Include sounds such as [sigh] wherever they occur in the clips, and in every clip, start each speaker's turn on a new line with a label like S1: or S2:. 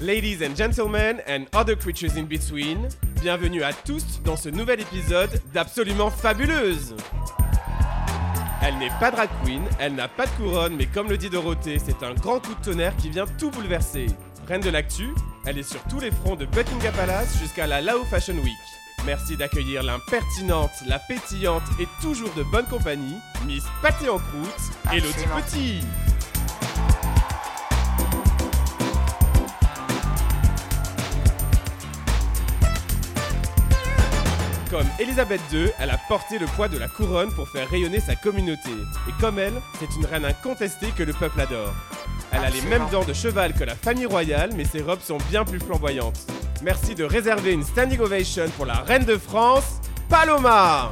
S1: Ladies and gentlemen and other creatures in between, bienvenue à tous dans ce nouvel épisode d'Absolument Fabuleuse. Elle n'est pas drag queen, elle n'a pas de couronne, mais comme le dit Dorothée, c'est un grand coup de tonnerre qui vient tout bouleverser. Reine de l'actu, elle est sur tous les fronts de Buckingham Palace jusqu'à la Lao Fashion Week. Merci d'accueillir l'impertinente, la pétillante et toujours de bonne compagnie, Miss Pâté en croûte, Elodie
S2: Absolument.
S1: Petit. Comme Elisabeth II, elle a porté le poids de la couronne pour faire rayonner sa communauté. Et comme elle, c'est une reine incontestée que le peuple adore. Elle a les
S2: Absolument.
S1: mêmes dents de cheval que la famille royale, mais ses robes sont bien plus flamboyantes. Merci de réserver une standing ovation pour la reine de France, Paloma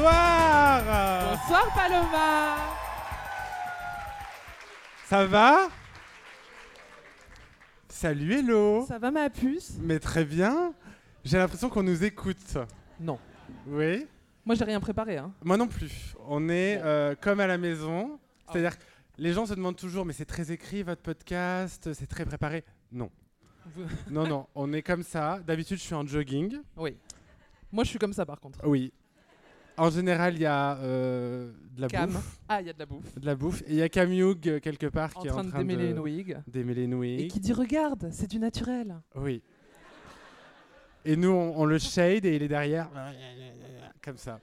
S3: Bonsoir
S4: Bonsoir Paloma
S3: Ça va Salut Hello
S4: Ça va ma puce
S3: Mais très bien J'ai l'impression qu'on nous écoute.
S4: Non.
S3: Oui
S4: Moi j'ai rien préparé hein.
S3: Moi non plus. On est euh, comme à la maison.
S4: Ah.
S3: C'est-à-dire que les gens se demandent toujours mais c'est très écrit votre podcast, c'est très préparé. Non.
S4: Vous- [laughs]
S3: Non, non, on est comme ça. D'habitude, je suis en jogging.
S4: Oui. Moi je suis comme ça par contre.
S3: Oui. En général, il y a euh, de la
S4: Cam.
S3: bouffe.
S4: Ah il y a de la bouffe.
S3: De la bouffe. Et il y a Cam Youg, euh, quelque part,
S4: En
S3: qui est
S4: train
S3: en
S4: de
S3: train
S4: démêler une wig.
S3: démêler une
S4: Et
S3: wig.
S4: qui dit regarde, c'est du naturel.
S3: Oui. Et nous, on, on le shade et il est derrière. Comme ça.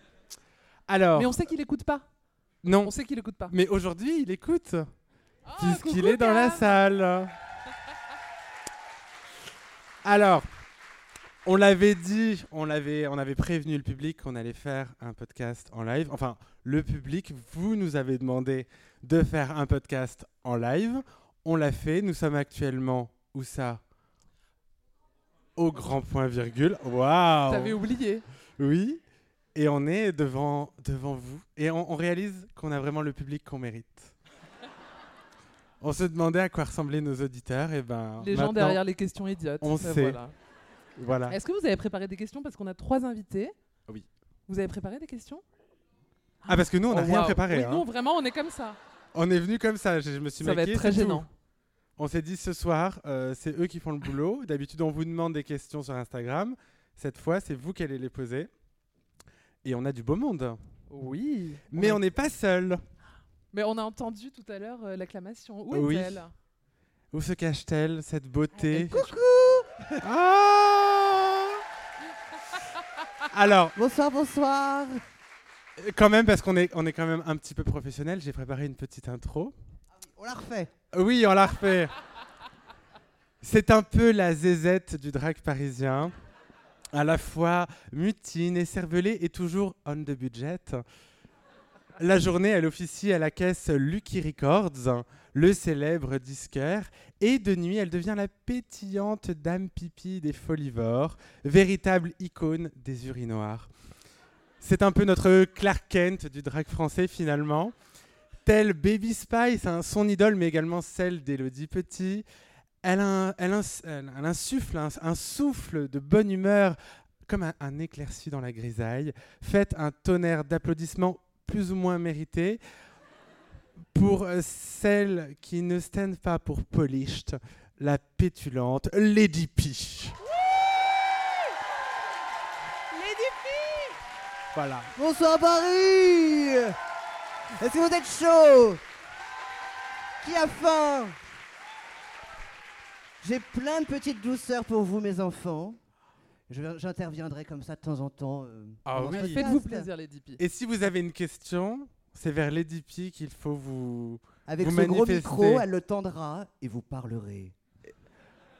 S3: Alors,
S4: Mais on sait qu'il écoute pas.
S3: non.
S4: On sait qu'il écoute pas.
S3: Mais aujourd'hui, il écoute,
S4: Ah,
S3: puisqu'il
S4: coucou,
S3: est dans la
S4: Cam.
S3: salle. Alors, on l'avait dit, on, l'avait, on avait prévenu le public qu'on allait faire un podcast en live. Enfin, le public, vous nous avez demandé de faire un podcast en live. On l'a fait. Nous sommes actuellement, où ça Au grand point virgule. Waouh
S4: T'avais oublié.
S3: oui, et on est devant, devant vous. Et on, on réalise qu'on a vraiment le public qu'on mérite. on se demandait à quoi ressemblaient nos auditeurs. Et ben,
S4: Les gens
S3: maintenant,
S4: derrière les questions idiotes.
S3: on
S4: Ben
S3: sait.
S4: voilà.
S3: Voilà.
S4: Est-ce que vous avez préparé des questions parce qu'on a trois invités
S3: Ah Oui.
S4: Vous avez préparé des questions
S3: Ah, parce que nous, on n'a
S4: Oh,
S3: rien
S4: waouh.
S3: préparé.
S4: Oui,
S3: hein.
S4: nous vraiment on est comme ça.
S3: On est venu comme ça. Je, je me suis
S4: Ça va
S3: maquillée,
S4: être très
S3: c'est tout.
S4: gênant.
S3: On s'est dit ce soir, euh, c'est eux qui font le boulot. D'habitude, on vous demande des questions sur Instagram. Cette fois, c'est vous qui allez les poser. Et on a du beau monde.
S4: Oui.
S3: Mais
S4: a-
S3: on n'est pas seul.
S4: Mais on a entendu tout à l'heure euh, l'acclamation. Où
S3: Oui.
S4: est-elle
S3: Où se cache-t-elle, cette beauté
S4: Coucou
S3: Ah Alors,
S5: Bonsoir, bonsoir.
S3: quand même, parce qu'on est, on est quand même un petit peu professionnel, j'ai préparé une petite intro.
S5: Ah On la refait.
S3: Oui, on la refait. C'est un peu la zézette du drag parisien, à la fois mutine et cervelée et toujours on the budget. La journée, elle officie à la caisse Lucky Records, le célèbre disqueur, et de nuit, elle devient la pétillante dame pipi des folivores, véritable icône des urinoirs. C'est un peu notre Clark Kent du drag français finalement. Telle Baby Spice, hein, son idole, mais également celle d'Élodie Petit. Elle, a un- elle ins- elle- elle insuffle un, un souffle de bonne humeur, comme un, un éclairci dans la grisaille. Faites un tonnerre d'applaudissements plus ou moins mérités pour euh, celle qui ne stand pas pour Polished, la pétulante Lady P. Voilà.
S5: Bonsoir Paris. Est-ce que vous êtes chaud Qui a faim J'ai plein de petites douceurs pour vous, mes enfants. Je- J'interviendrai comme ça de temps en temps. euh,
S3: Ah
S5: dans
S3: oui.
S5: ce podcast.
S4: Faites-vous plaisir les DP.
S3: Et si vous avez une question, c'est vers Lady P qu'il faut vous.
S5: Avec
S3: Vous
S5: ce gros
S3: manifestez.
S5: micro, elle le tendra et vous parlerez.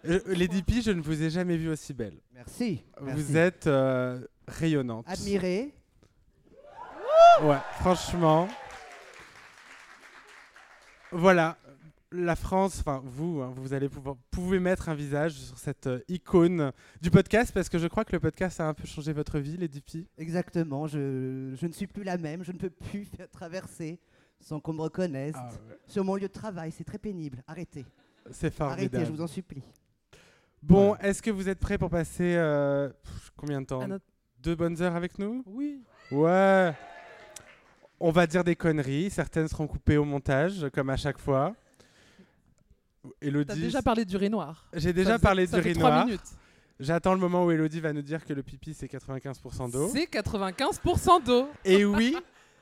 S3: Euh, Lady P, je ne vous ai jamais vue aussi belle.
S5: Merci.
S3: Vous
S5: Merci.
S3: êtes euh, rayonnante.
S5: admiré.
S3: Ouais, franchement. Voilà, la France, enfin vous, hein, vous allez pouvoir pouvez mettre un visage sur cette euh, icône du podcast parce que je crois que le podcast a un peu changé votre vie, Lady P.
S5: Exactement. Je, je ne suis plus la même. Je ne peux plus faire traverser sans qu'on me reconnaisse. Sur mon lieu de travail, c'est très pénible. Arrêtez.
S3: C'est Ah formidable.
S5: Arrêtez, je vous en supplie.
S3: Bon, est-ce que vous êtes prêts pour passer euh, pff, combien de temps
S4: À notre-
S3: Deux bonnes heures avec nous
S4: Oui.
S3: Ouais. On va dire des conneries. Certaines seront coupées au montage, comme à chaque fois.
S4: T'as
S3: Elodie.
S4: déjà parlé du riz noir.
S3: J'ai déjà
S4: Ça faisait-
S3: parlé
S4: ça
S3: du
S4: fait
S3: riz
S4: trois
S3: noir.
S4: minutes.
S3: J'attends le moment où Elodie va nous dire que le pipi c'est 95% d'eau.
S4: C'est 95% d'eau.
S3: Et oui,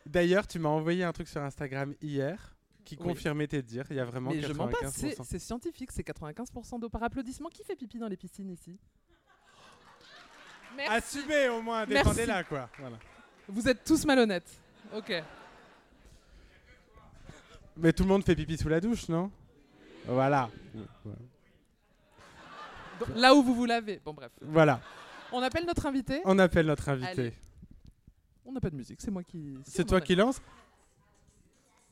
S3: d'ailleurs, tu m'as envoyé un truc sur Instagram hier qui
S4: Oui.
S3: confirmait tes dires. Il y a vraiment
S4: Mais
S3: 95%.
S4: je m'en passe, c'est c'est scientifique, c'est 95% d'eau par applaudissement. Qui fait pipi dans les piscines ici Merci.
S3: Assumez au moins,
S4: Merci.
S3: dépendez là quoi. Voilà.
S4: Vous êtes tous malhonnêtes. Ok.
S3: Mais tout le monde fait pipi sous la douche, non Voilà.
S4: Donc, là où vous vous lavez. Bon, bref.
S3: Voilà.
S4: On appelle notre invité.
S3: On appelle notre invité.
S4: Allez. On n'a pas de musique, c'est moi qui. si,
S3: C'est
S4: on
S3: toi
S4: en a.
S3: qui lance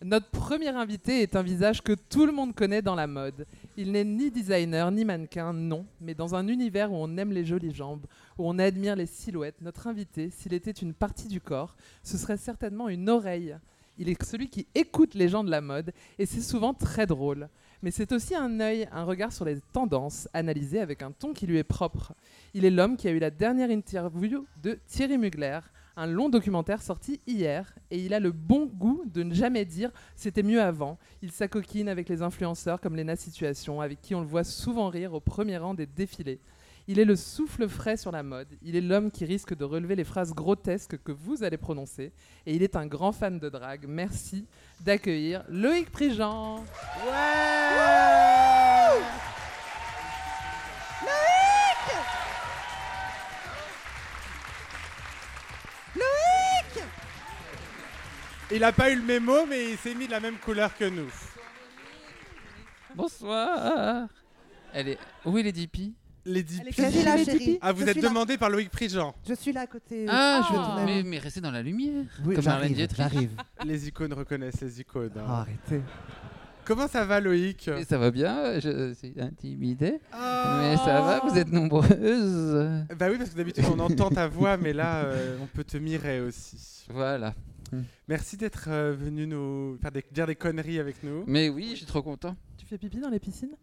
S4: Notre premier invité est un visage que tout le monde connaît dans la mode. Il n'est ni designer, ni mannequin, non, mais dans un univers où on aime les jolies jambes, où on admire les silhouettes, notre invité, s'il était une partie du corps, ce serait certainement une oreille. Il est celui qui écoute les gens de la mode, et c'est souvent très drôle. Mais c'est aussi un œil, un regard sur les tendances, analysé avec un ton qui lui est propre. Il est l'homme qui a eu la dernière interview de Thierry Mugler, un long documentaire sorti hier, et il a le bon goût de ne jamais dire c'était mieux avant. Il s'acoquine avec les influenceurs comme Lena Situation, avec qui on le voit souvent rire au premier rang des défilés. Il est le souffle frais sur la mode. Il est l'homme qui risque de relever les phrases grotesques que vous allez prononcer. Et il est un grand fan de drague. Merci d'accueillir Loïc Prigent.
S3: Il a pas eu le mémo, mais il s'est mis de la même couleur que nous.
S2: Bonsoir. Elle est... Où est Lady Pi
S3: Lady
S5: Elle est
S3: P.
S5: cachée là,
S4: Pipi.
S5: chérie.
S3: Ah, vous
S5: Je
S3: êtes
S5: suis là.
S3: demandé par Loïc Prigent.
S5: Je suis là à côté.
S2: Ah, je
S4: Ah.
S2: me... mais, mais restez dans la lumière.
S5: Oui,
S2: comme
S5: j'arrive,
S2: Marlène Dietrich.
S5: j'arrive.
S3: Les icônes reconnaissent les icônes. hein.
S5: Ah, arrêtez.
S3: Comment ça va, Loïc
S2: Mais ça va bien, je suis intimidée. Mais ça
S4: Ah.
S2: va, vous êtes nombreuses.
S3: Bah oui, parce que d'habitude on entend ta voix, mais là euh, on peut te mirer aussi.
S2: Voilà.
S3: Merci d'être euh, venu nous faire des, dire des conneries avec nous.
S2: Mais oui, je suis trop content.
S4: Tu fais pipi dans les piscines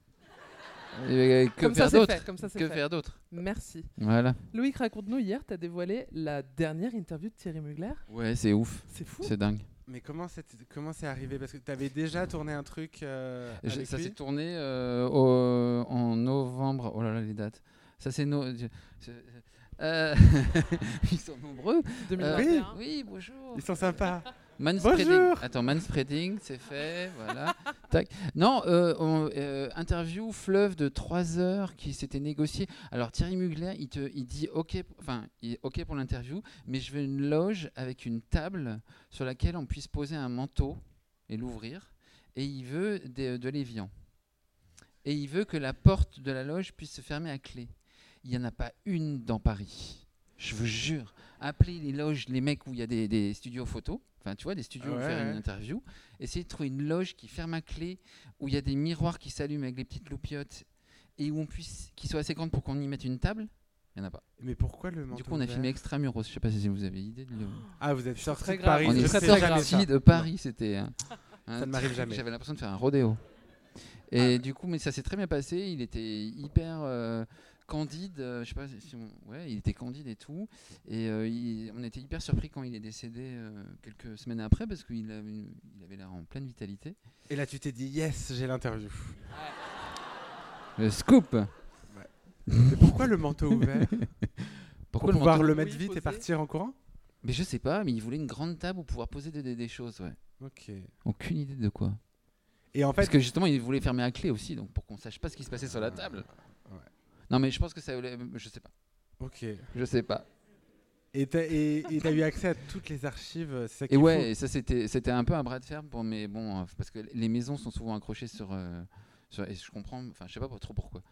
S2: Et euh, que
S4: Comme ça,
S2: faire
S4: c'est
S2: d'autre
S4: fait. Comme ça, c'est
S2: Que
S4: fait.
S2: faire d'autre
S4: Merci.
S2: Voilà.
S4: Loïc, raconte-nous, hier, tu as dévoilé la dernière interview de Thierry Mugler.
S2: Ouais, c'est ouf.
S4: C'est fou.
S2: C'est dingue.
S3: Mais comment c'est comment c'est arrivé Parce que t'avais déjà tourné un truc. euh,
S2: Je-
S3: avec
S2: ça
S3: lui
S2: s'est tourné euh, au- en novembre. Oh là là, les dates. Ça, c'est. No... je- je- euh, [laughs] Ils sont nombreux.
S4: 2021.
S2: Euh, oui, bonjour.
S3: Ils sont sympas.
S2: Manspreading.
S3: Bonjour.
S2: Attends, manspreading, c'est fait, voilà. [laughs] Tac. Non, euh, on- euh, interview fleuve de 3 heures qui s'était négociée. Alors Thierry Mugler, il te, il dit ok, enfin, il est ok pour l'interview, mais je veux une loge avec une table sur laquelle on puisse poser un manteau et l'ouvrir. Et il veut des- euh, de l'évian. Et il veut que la porte de la loge puisse se fermer à clé. Il n'y en a pas une dans Paris. Je vous jure appeler les loges, les mecs où il y a des, des studios photo, enfin tu vois, des studios
S3: Ouais,
S2: où faire
S3: ouais.
S2: une interview, essayer de trouver une loge qui ferme à clé, où il y a des miroirs qui s'allument avec des petites loupiottes, et où on puisse, qui soit assez grande pour qu'on y mette une table. Il n'y en a pas.
S3: Mais pourquoi le manteau
S2: du coup, on a
S3: ouvert
S2: filmé Extramuros. Je sais pas si vous avez idée. De... le-
S3: Ah, vous êtes
S4: très
S3: sorti de
S4: grave.
S3: Paris.
S2: on
S3: je
S2: est
S3: sais
S4: très
S3: jamais
S4: grave.
S3: ça.
S2: sorti de Paris. C'était. un- un
S3: Ça ne m'arrive
S2: truc,
S3: jamais. Ah.
S2: J'avais l'impression de faire un rodéo. Et du coup, mais ça s'est très bien passé. Il était hyper euh, candide. euh, je sais pas si on- Ouais, il était candide et tout. Et euh, il- on était hyper surpris quand il est décédé euh, quelques semaines après parce qu'il avait, une- il avait l'air en pleine vitalité.
S3: Et là, tu t'es dit yes, j'ai l'interview.
S2: Le scoop.
S3: Mais pourquoi le manteau ouvert Pour
S2: Pourquoi le
S3: pouvoir
S2: manteau
S3: le mettre
S4: Oui,
S3: vite
S4: poser.
S3: et partir en courant
S2: Mais je sais pas. Mais il voulait une grande table pour pouvoir poser des, des- des choses. Ouais.
S3: Ok.
S2: Aucune idée de quoi.
S3: Et en
S2: Parce
S3: fait,
S2: que justement, il voulait fermer à clé aussi, donc pour qu'on sache pas ce qui se passait sur la table.
S3: Ouais.
S2: Non, mais je pense que ça. voulait- Je sais pas.
S3: ok.
S2: Je sais pas.
S3: Et t'as et- et t'as eu accès à toutes les archives. euh, C'est ça qui
S2: Et
S3: est
S2: ouais,
S3: fou.
S2: et ça c'était c'était un peu un bras de fer pour mais bon euh, parce que les maisons sont souvent accrochées sur, euh, sur- et je comprends enfin je sais pas pour- trop pourquoi.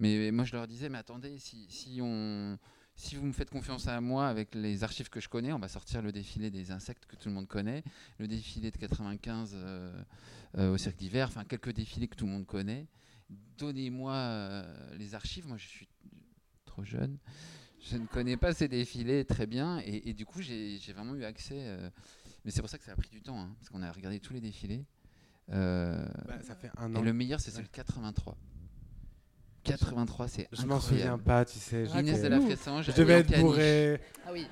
S2: Mais moi je leur disais mais attendez si si on si vous me faites confiance à moi avec les archives que je connais, on va sortir le défilé des insectes que tout le monde connaît, le défilé de 95 euh, euh, au Cirque d'hiver, enfin quelques défilés que tout le monde connaît. Donnez-moi euh, les archives, moi je suis trop jeune. Je ne connais pas ces défilés très bien et, et du coup j'ai j'ai vraiment eu accès euh, mais c'est pour ça que ça a pris du temps, hein, parce qu'on a regardé tous les défilés. Euh,
S3: Bah, ça fait un
S2: et
S3: an.
S2: le meilleur, c'est celui de 83. 83, c'est
S3: Je
S2: incroyable.
S3: m'en souviens pas, tu sais.
S2: Inès
S3: j'étais-
S2: de la Fressange.
S3: Je devais
S2: Alain
S3: être
S2: Caniche.
S3: bourré.
S2: Ah oui,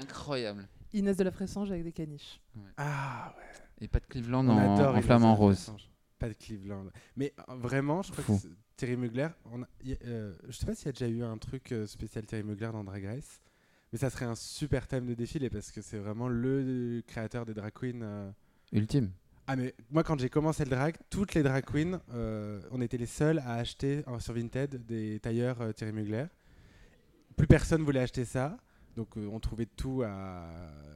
S2: incroyable.
S4: Inès de la Fressange avec des caniches.
S3: Ah ouais,
S2: Et pas de Cleveland
S3: on
S2: en,
S3: adore.
S2: en
S3: Inès
S2: flamant
S3: de
S2: rose.
S3: Saint-Ange. Pas de Cleveland. Mais euh, vraiment, je crois
S2: Fou.
S3: que c'est- Thierry Mugler, on a- y a- euh, je sais pas s'il y a déjà eu un truc euh, spécial Thierry Mugler dans Drag Race, mais ça serait un super thème de défilé parce que c'est vraiment le créateur des drag queens. euh,
S2: Ultime.
S3: Ah mais moi quand j'ai commencé le drag, toutes les drag queens, euh, on était les seuls à acheter euh, sur Vinted des tailleurs euh, Thierry Mugler. Plus personne voulait acheter ça, donc euh, on trouvait tout à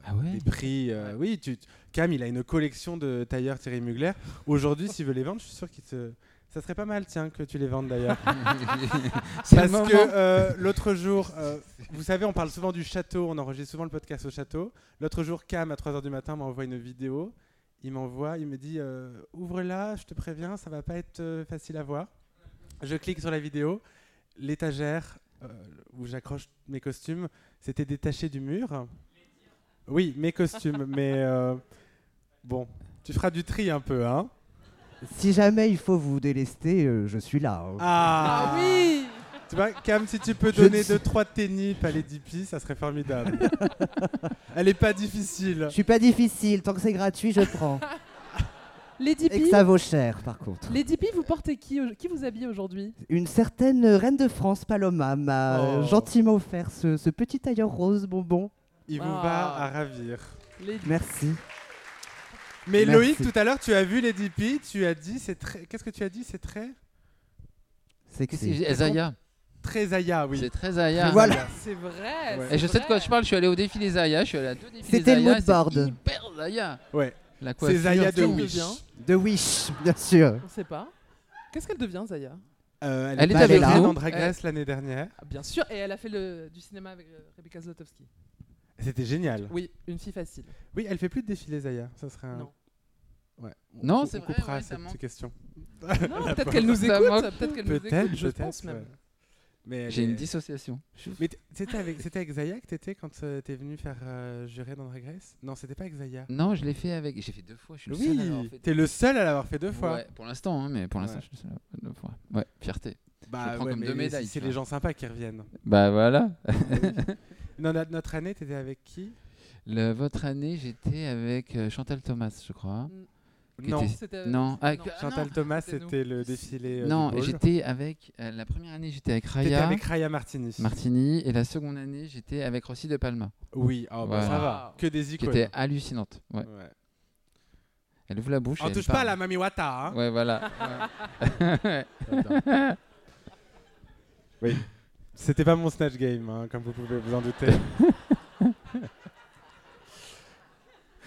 S2: Ah ouais
S3: des prix. euh, Oui, tu, tu- Cam il a une collection de tailleurs Thierry Mugler. Aujourd'hui s'il veut les vendre, je suis sûr qu'il se... Ça serait pas mal tiens que tu les vendes [laughs] d'ailleurs.
S2: C'est le
S3: Parce
S2: moment.
S3: que euh, l'autre jour, euh, vous savez, on parle souvent du château, on enregistre souvent le podcast au château. L'autre jour, Cam, à 3h du matin, m'envoie une vidéo. Il m'envoie, il me dit euh, Ouvre-la, je te préviens, ça va pas être euh, facile à voir. Je clique sur la vidéo. L'étagère euh, où j'accroche mes costumes, c'était détaché du mur. Oui, mes costumes, mais euh, bon, tu feras du tri un peu, hein
S5: Si jamais il faut vous délester, euh, je suis là. hein.
S3: Ah,
S4: oui
S3: Tu vois, Cam, si tu peux
S5: Je
S3: donner
S5: ne suis-
S3: 2-3 tennis à les 10 pis, ça serait formidable.
S5: [laughs]
S3: Elle est pas difficile.
S5: Je suis pas difficile, tant que c'est gratuit, je prends.
S4: Lady
S5: Et que
S4: P,
S5: ça vaut cher, par contre.
S4: Lady P, vous portez qui au- Qui vous habille aujourd'hui
S5: Une certaine euh, reine de France, Paloma, m'a euh,
S3: Oh.
S5: gentiment offert ce, ce petit tailleur rose bonbon.
S3: Il vous
S4: Ah.
S3: va à ravir.
S4: Lady-
S5: Merci.
S3: Mais
S5: Merci.
S3: Loïc, tout à l'heure, tu as vu les 10 pis, tu as dit, c'est très. Qu'est-ce que tu as dit C'est très.
S5: C'est
S2: Qu'est-ce que j'ai- Zaya.
S3: Très Aya, oui.
S2: C'est très Zaya.
S5: Voilà.
S4: C'est vrai
S3: Ouais.
S4: c'est
S2: Et je sais de quoi
S4: vrai.
S2: je parle, je suis allé au défi des Zaya, je suis allé à deux défis
S5: C'était
S2: des
S5: le
S2: Zaya,
S5: mood
S2: c'est
S5: board.
S2: hyper Zaya.
S3: Ouais.
S2: La
S3: C'est
S2: coiffure.
S3: Zaya de
S4: tout
S3: Wish.
S4: bien.
S5: De Wish, bien sûr.
S4: On sait pas. Qu'est-ce qu'elle devient, Zaya
S3: Euh, elle,
S2: Elle
S3: est
S5: est avec
S3: allée
S2: nous.
S3: dans Drag Race l'année dernière.
S4: Ah, Bien sûr, et elle a fait le- du cinéma avec euh, Rebecca Zlotowski.
S3: C'était génial.
S4: Oui, une fille facile.
S3: Oui, elle fait plus de défilé Zaya. Ça serait un.
S4: Non.
S3: Ouais. On-
S2: Non,
S3: on-
S2: c'est
S3: On
S2: vrai,
S3: coupera
S2: ouais, ça
S3: cette
S2: manque.
S3: question.
S4: Non,
S3: [laughs]
S4: peut-être qu'elle nous
S2: Ça
S4: écoute,
S2: manque.
S4: peut-être qu'elle nous écoute,
S3: Peut-être,
S4: je
S3: peut-être,
S4: pense même.
S3: ouais. Mais elle
S2: J'ai une
S3: est-
S2: dissociation.
S3: Mais t- c'était avec, c'était avec Zaya que t'étais quand euh, t'es venu faire euh, jurer dans Drag Race Non, c'était pas avec Zaya.
S2: Non, je l'ai fait avec. J'ai fait deux fois. Je suis le seul à l'avoir
S3: Oui,
S2: fait
S3: t'es le seul à l'avoir fait deux fois.
S2: Ouais, pour l'instant, hein, mais pour l'instant,
S3: Ouais.
S2: je suis le seul à l'avoir fait deux fois. Ouais, fierté.
S3: Bah,
S2: Je prends
S3: ouais,
S2: comme
S3: mais
S2: deux
S3: les-
S2: médailles,
S3: C'est
S2: tu
S3: les
S2: vois.
S3: gens sympas qui reviennent.
S2: Bah voilà.
S3: non, no- notre année, t'étais avec qui
S2: Le- votre année, j'étais avec euh, Chantal Thomas, je crois. Qui
S3: Non,
S2: était-
S4: C'était- euh,
S2: Non, avec- ah, non,
S3: Chantal Thomas,
S4: c'était nous.
S3: c'était le défilé. euh,
S2: non,
S3: du ball.
S2: j'étais avec. euh, la première année, j'étais avec
S3: T'étais
S2: Raya
S3: avec Raya Martini.
S2: Martini et la seconde année, j'étais avec Rossi de Palma,
S3: oui, oh, bah,
S2: Voilà.
S3: ça va. Que des
S2: qui
S3: icônes.
S2: était hallucinante. Ouais.
S3: Ouais.
S2: Elle ouvre la bouche. et
S3: On
S2: elle
S3: touche pas à
S2: parle.
S3: la Mami Wata. hein.
S2: Ouais,
S3: [laughs]
S2: voilà.
S3: oui. C'était pas mon Snatch Game, hein, comme vous pouvez vous en
S2: [laughs]
S3: douter.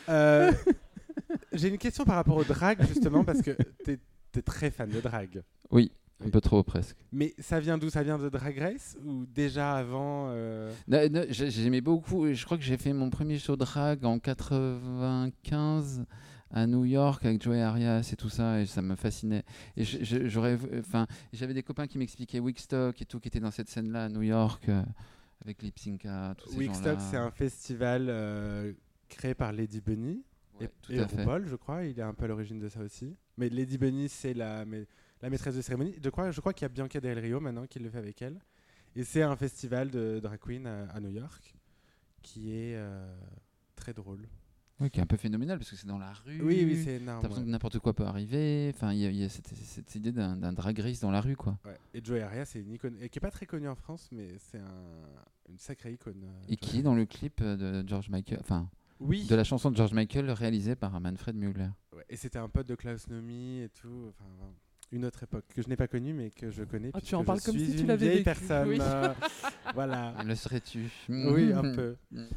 S3: Euh, J'ai une question par rapport au drag, justement, parce que t'es es très fan de drag.
S2: oui, un peu trop presque.
S3: Mais ça vient d'où Ça vient de Drag Race ou déjà avant euh,
S2: Non, non, j'ai- J'aimais beaucoup. et Je crois que j'ai fait mon premier show drag en 95 à New York avec Joey Arias et tout ça, et ça me fascinait. Et je- je- j'aurais, enfin, j'avais des copains qui m'expliquaient Wickstock et tout qui étaient dans cette scène-là à New York euh, avec Lipsinka, tous ces gens-là.
S3: Wigstock, c'est un festival euh, créé par Lady Bunny
S2: Ouais,
S3: et,
S2: tout
S3: et
S2: à fait.
S3: RuPaul, je crois. Il est un peu à l'origine de ça aussi. Mais Lady Bunny, c'est la, mais- la maîtresse de cérémonie. Je crois, je crois qu'il y a Bianca Del Rio maintenant qui le fait avec elle. Et c'est un festival de drag queen à, à New York qui est euh, très drôle.
S2: Oui, qui est un peu phénoménal parce que c'est dans la rue.
S3: Oui, oui, c'est
S2: T'as
S3: énorme.
S2: l'impression
S3: ouais.
S2: que n'importe quoi peut arriver. Enfin, il y, a- il y a cette, cette idée d'un d'un drag race dans la rue, quoi.
S3: Ouais. Et Joey Arias, c'est une icône et qui est pas très connue en France, mais c'est un- une sacrée icône. euh,
S2: Et
S3: Joey
S2: qui est dans le clip euh, de George Michael, enfin,
S3: Oui.
S2: de la chanson de George Michael réalisée par Manfred Müller.
S3: Ouais, Et c'était un pote de Klaus Nomi et tout. Enfin, vraiment, une autre époque que je n'ai pas connue, mais que je connais.
S4: Ah, tu
S3: puisque
S4: en
S3: je
S4: parles comme
S3: suis
S4: si tu
S3: une
S4: l'avais vécu,
S3: vieille personne.
S4: oui.
S3: euh, voilà.
S2: Le serais-tu Hmm.
S3: Oui, un peu.
S4: Euh,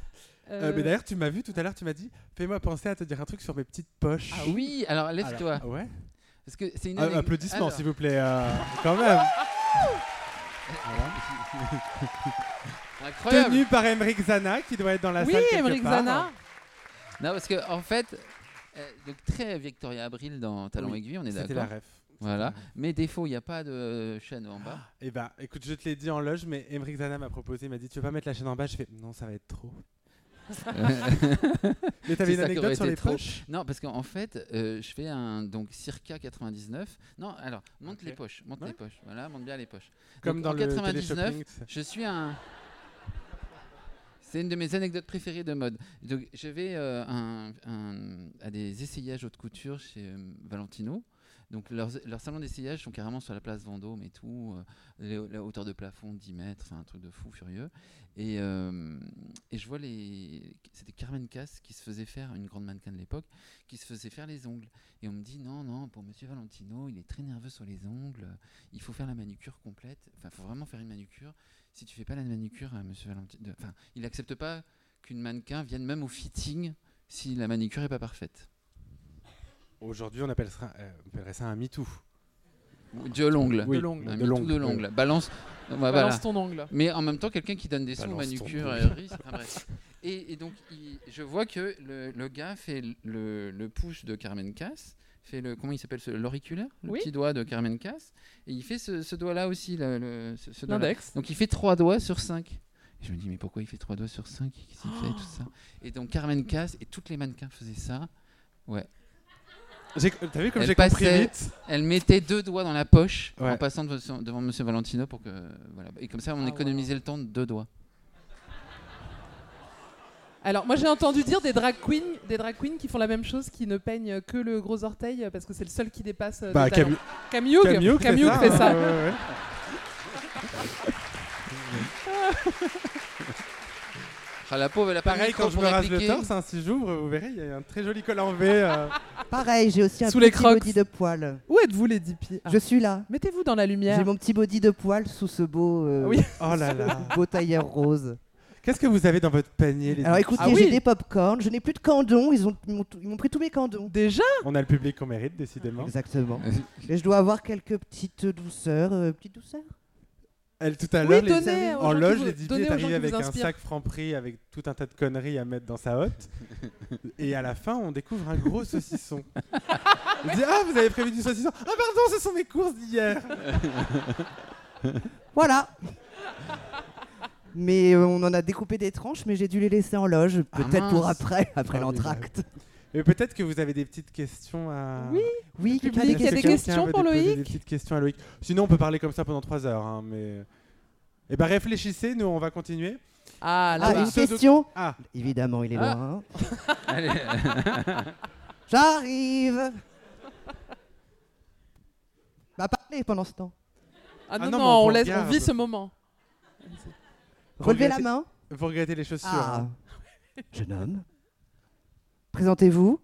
S3: Euh, mais d'ailleurs, tu m'as vu tout à l'heure, tu m'as dit Fais-moi penser à te dire un truc sur mes petites poches.
S2: Ah oui, alors lève-toi.
S3: Alors, Ouais.
S2: Parce que c'est une
S3: Ah,
S2: anecdote-
S3: applaudissements,
S2: Alors,
S3: s'il vous plaît. euh, quand même. Voilà.
S2: Incroyable.
S3: Tenu par Emric Zana, qui doit être dans la
S4: Oui,
S3: salle. quelque
S4: Emmerich
S3: part.
S4: Zana
S2: Ah, Non, parce que en fait, euh, donc très Victoria Abril dans Talent
S3: Oui,
S2: aiguille, on est
S3: C'était la
S2: d'accord.
S3: ref.
S2: Voilà. Mais défaut, il n'y a pas de euh, chaîne en bas.
S3: [laughs]
S2: [laughs]
S3: Et bah, écoute, je te l'ai dit en loge, mais Emric Zana m'a proposé, il m'a dit Tu veux pas mettre la chaîne en bas Je fais Non, ça va être trop. Mais
S2: C'est
S3: t'avais une
S2: ça qui aurait
S3: anecdote sur
S2: été
S3: les
S2: trop.
S3: poches
S2: non, parce qu'en fait, euh, je fais un donc circa 99. Non, alors monte
S3: Ok.
S2: les poches, monte
S3: Ouais.
S2: les poches. Voilà, monte bien les poches.
S3: Comme
S2: Donc,
S3: dans
S2: en
S3: le
S2: 99,
S3: téléshopping, tu sais.
S2: Je suis un. C'est une de mes anecdotes préférées de mode. Donc, je vais euh, un- un- à des essayages haute couture chez euh, Valentino. Donc, leurs, leurs salons d'essayage sont carrément sur la place Vendôme et tout. euh, les- la hauteur de plafond, 10 mètres, enfin, un truc de fou furieux. Et, euh, et je vois les. C'était Carmen Casse qui se faisait faire, une grande mannequin de l'époque, qui se faisait faire les ongles. Et on me dit non, non, pour monsieur Valentino, il est très nerveux sur les ongles. Il faut faire la manucure complète. Enfin, il faut vraiment faire une manucure si tu fais pas la manucure à Monsieur Valentino, enfin, il accepte pas qu'une mannequin vienne même au fitting si la manucure est pas parfaite.
S3: Aujourd'hui, on, appelle ça- euh, on appellerait ça un MeToo.
S2: Ou De l'ongle.
S3: Oui,
S4: de l'ongle.
S2: Un
S3: de
S2: MeToo
S3: l'ongle,
S2: de
S3: oui.
S2: l'ongle. Balance. euh, bah, voilà.
S4: Balance ton ongle.
S2: Mais en même temps, quelqu'un qui donne des euh, sous aux
S3: Balance ton
S2: manucures
S3: ongle.
S2: et risque. Enfin, bref. Et, et donc, il- je vois que le, le gars fait le, le push de Carmen Cass, fait le comment il s'appelle ce- l'auriculaire, le
S4: Oui.
S2: petit doigt de Carmen Cass, et il fait ce, ce doigt-là aussi, le, le- ce, ce doigt-là.
S4: L'index.
S2: Donc il fait trois doigts sur 5. Je me dis, mais pourquoi il fait trois doigts sur 5 Qu'est-ce qu'il fait tout ça Et donc Carmen Casse et toutes les mannequins faisaient ça.
S3: J'ai- T'as vu comme
S2: Elle
S3: j'ai compris
S2: passait-
S3: vite
S2: Elle mettait deux doigts dans la poche en
S3: Ouais.
S2: passant devant, son- devant Monsieur Valentino pour que voilà. Et comme ça, on
S4: Ah,
S2: économisait le temps de deux doigts.
S4: Alors, moi j'ai entendu dire des drag queens, des drag queens qui font la même chose, qui ne peignent que le gros orteil euh, parce que c'est le seul qui dépasse. euh, de
S3: Bah,
S4: talon.
S3: Cam-
S4: Cam Youg,
S3: Cam Youg
S4: Cam Youg fait
S3: hein,
S4: ça.
S3: ouais, ouais, ouais.
S2: Ah, la pauvre, elle a pas
S3: Pareil,
S2: mis
S3: quand
S2: le
S3: je
S2: temps
S3: me
S2: pour
S3: rase le
S2: répliquer.
S3: torse, hein, si j'ouvre, vous verrez, il y a un très joli col en V. [laughs] euh,
S5: Pareil, j'ai aussi un
S4: Sous les
S5: petit
S4: crocs.
S5: body de poils.
S4: Où êtes-vous les 10 pieds Ah.
S5: Je suis là.
S4: Mettez-vous dans la
S5: J'ai
S4: lumière.
S5: mon petit body de poils sous ce beau, euh, [laughs]
S4: Oui.
S3: Oh là là.
S5: beau tailleur rose.
S3: [laughs] Qu'est-ce que vous avez dans votre panier, les
S5: Alors
S3: amis
S5: écoutez,
S4: Ah oui.
S5: j'ai des pop-corn, je n'ai plus de candons, ils ont- ils m'ont ils m'ont pris tous mes candons.
S4: Déjà
S3: On a le public qu'on mérite, décidément.
S5: Exactement. Et je dois avoir quelques petites douceurs. euh, petites douceurs
S3: Ah, Elle, tout à
S4: Oui,
S3: l'heure, les-
S4: donnez aux
S3: en
S4: gens qui
S3: loge,
S4: vous-
S3: les Didier
S4: donnez
S3: est
S4: aux gens qui
S3: arrivé avec
S4: vous
S3: un
S4: inspirent.
S3: sac franc-prix avec tout un tas de conneries à mettre dans sa [laughs] hotte. et à la fin, on découvre un gros saucisson. [laughs] Il dit Ah, vous avez prévu du saucisson Ah, pardon, ce sont mes courses d'hier
S5: [laughs] Voilà Mais euh, on en a découpé des tranches, mais j'ai dû les laisser en loge,
S2: Ah,
S5: peut-être pour
S2: mince.
S5: après, après
S3: Formidable.
S5: l'entracte.
S3: Et peut-être que vous avez des petites questions à.
S4: Oui,
S5: Oui,
S4: Le
S5: quelqu'un
S4: public
S5: a
S4: a
S5: des
S4: des
S5: questions
S4: questions
S3: veut
S4: pour
S3: déposer Des
S4: Loïc
S3: petites questions à Loïc. Sinon, on peut parler comme ça pendant 3 heures. hein, mais... Eh ben, réfléchissez, nous, on va continuer.
S4: Ah,
S5: Ah,
S4: là-bas.
S5: une
S3: Ceux de-
S5: question
S3: Ah,
S5: Évidemment, il est hein.
S2: Ah.
S4: [laughs]
S5: loin.
S2: Allez,
S5: [laughs] J'arrive Bah parlez pendant ce temps.
S4: Ah non,
S3: Ah non,
S4: non,
S3: mais on vous
S4: on, laisse, on
S3: regarde.
S4: vit ce moment.
S5: Relevez la
S3: regrettez-
S5: main.
S3: Vous regrettez les chaussures.
S5: Ah.
S3: hein.
S5: Jeune homme. Présentez-vous.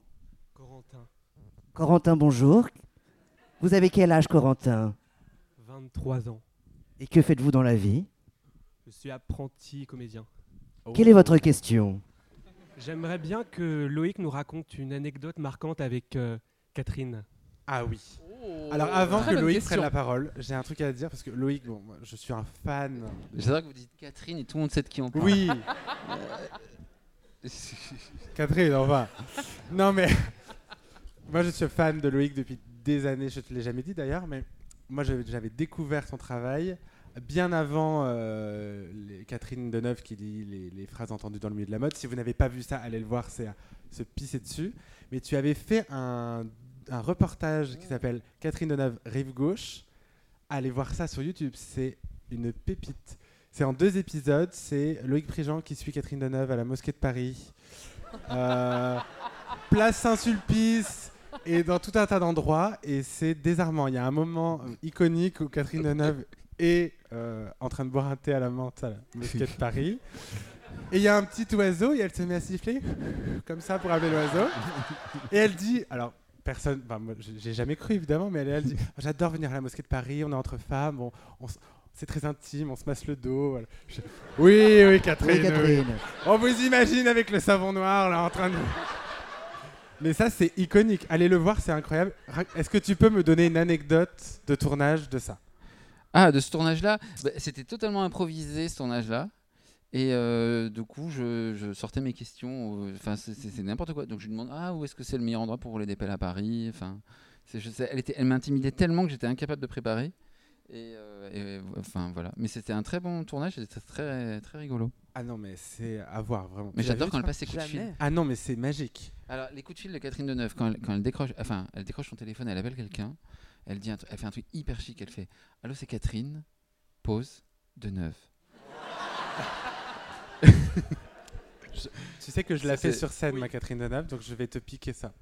S6: Corentin,
S5: Corentin, bonjour. Vous avez quel âge, Corentin
S6: 23 ans.
S5: Et que faites-vous dans la vie
S6: Je suis apprenti comédien.
S3: Oh.
S5: Quelle est votre question
S6: J'aimerais bien que Loïc nous raconte une anecdote marquante avec euh, Catherine.
S3: Ah oui.
S4: Oh.
S3: Alors avant
S4: Très
S3: que
S4: bonne
S3: Loïc
S4: question.
S3: prenne la parole, j'ai un truc à dire parce que Loïc, bon, moi, je suis un fan. de-
S2: j'adore que vous dites Catherine et tout le monde sait de qui on parle. [laughs]
S3: [laughs] Oui, Catherine, on va. Non mais [laughs] moi je suis fan de Loïc depuis des années. Je te l'ai jamais dit d'ailleurs, mais moi j'avais j'avais découvert son travail bien avant euh, les- Catherine Deneuve qui dit les, les phrases entendues dans le milieu de la mode. Si vous n'avez pas vu ça, allez le voir, c'est à se pisser dessus. Mais tu avais fait un, un reportage qui s'appelle Catherine Deneuve Rive Gauche. Allez voir ça sur YouTube, c'est une pépite. C'est en deux épisodes, c'est Loïc Prigent qui suit Catherine Deneuve à la mosquée de Paris, euh, place Saint-Sulpice et dans tout un tas d'endroits. Et c'est désarmant. Il y a un moment euh, iconique où Catherine Deneuve est euh, en train de boire un thé à la menthe à la mosquée de Paris. Et il y a un petit oiseau et elle se met à siffler comme ça pour appeler l'oiseau. Et elle dit, alors personne, enfin, moi, j'ai- j'ai jamais cru évidemment, mais elle, elle dit, Oh, j'adore venir à la mosquée de Paris, on est entre femmes, on- on s- c'est très intime, on se masse le dos. voilà. Je- Oui, oui, Catherine.
S5: Oui,
S3: oui.
S5: Catherine.
S3: On vous imagine avec le savon noir là en train de. Mais ça c'est iconique. Allez le voir, c'est incroyable. Ra- Est-ce que tu peux me donner une anecdote de tournage de ça
S2: Ah, de ce tournage-là, bah, c'était totalement improvisé ce tournage-là. Et euh, du coup, je, je sortais mes questions. euh, Enfin, c'est- c'est c'est n'importe quoi. Donc je lui demande ah où est-ce que c'est le meilleur endroit pour rouler des pelles à Paris. Enfin, c'est- je sais- elle était, elle m'intimidait tellement que j'étais incapable de préparer. Et, euh, et, euh, enfin voilà. Mais c'était un très bon tournage. C'était très très rigolo.
S3: Ah non mais c'est à voir vraiment.
S2: Mais
S3: Tu l'as
S2: j'adore
S3: vu,
S2: quand elle
S3: toi
S2: passe ses coups de fil.
S3: Ah non mais c'est magique.
S2: Alors, les coups de fil de Catherine Deneuve, quand elle, quand elle décroche, enfin, elle décroche son téléphone, elle appelle quelqu'un, elle, dit un tru- elle fait un truc hyper chic, elle fait Allô, c'est Catherine, pause, Deneuve.
S3: Tu sais que je la
S2: C'est-
S3: fais sur scène, ma Catherine Deneuve, donc je vais te piquer ça.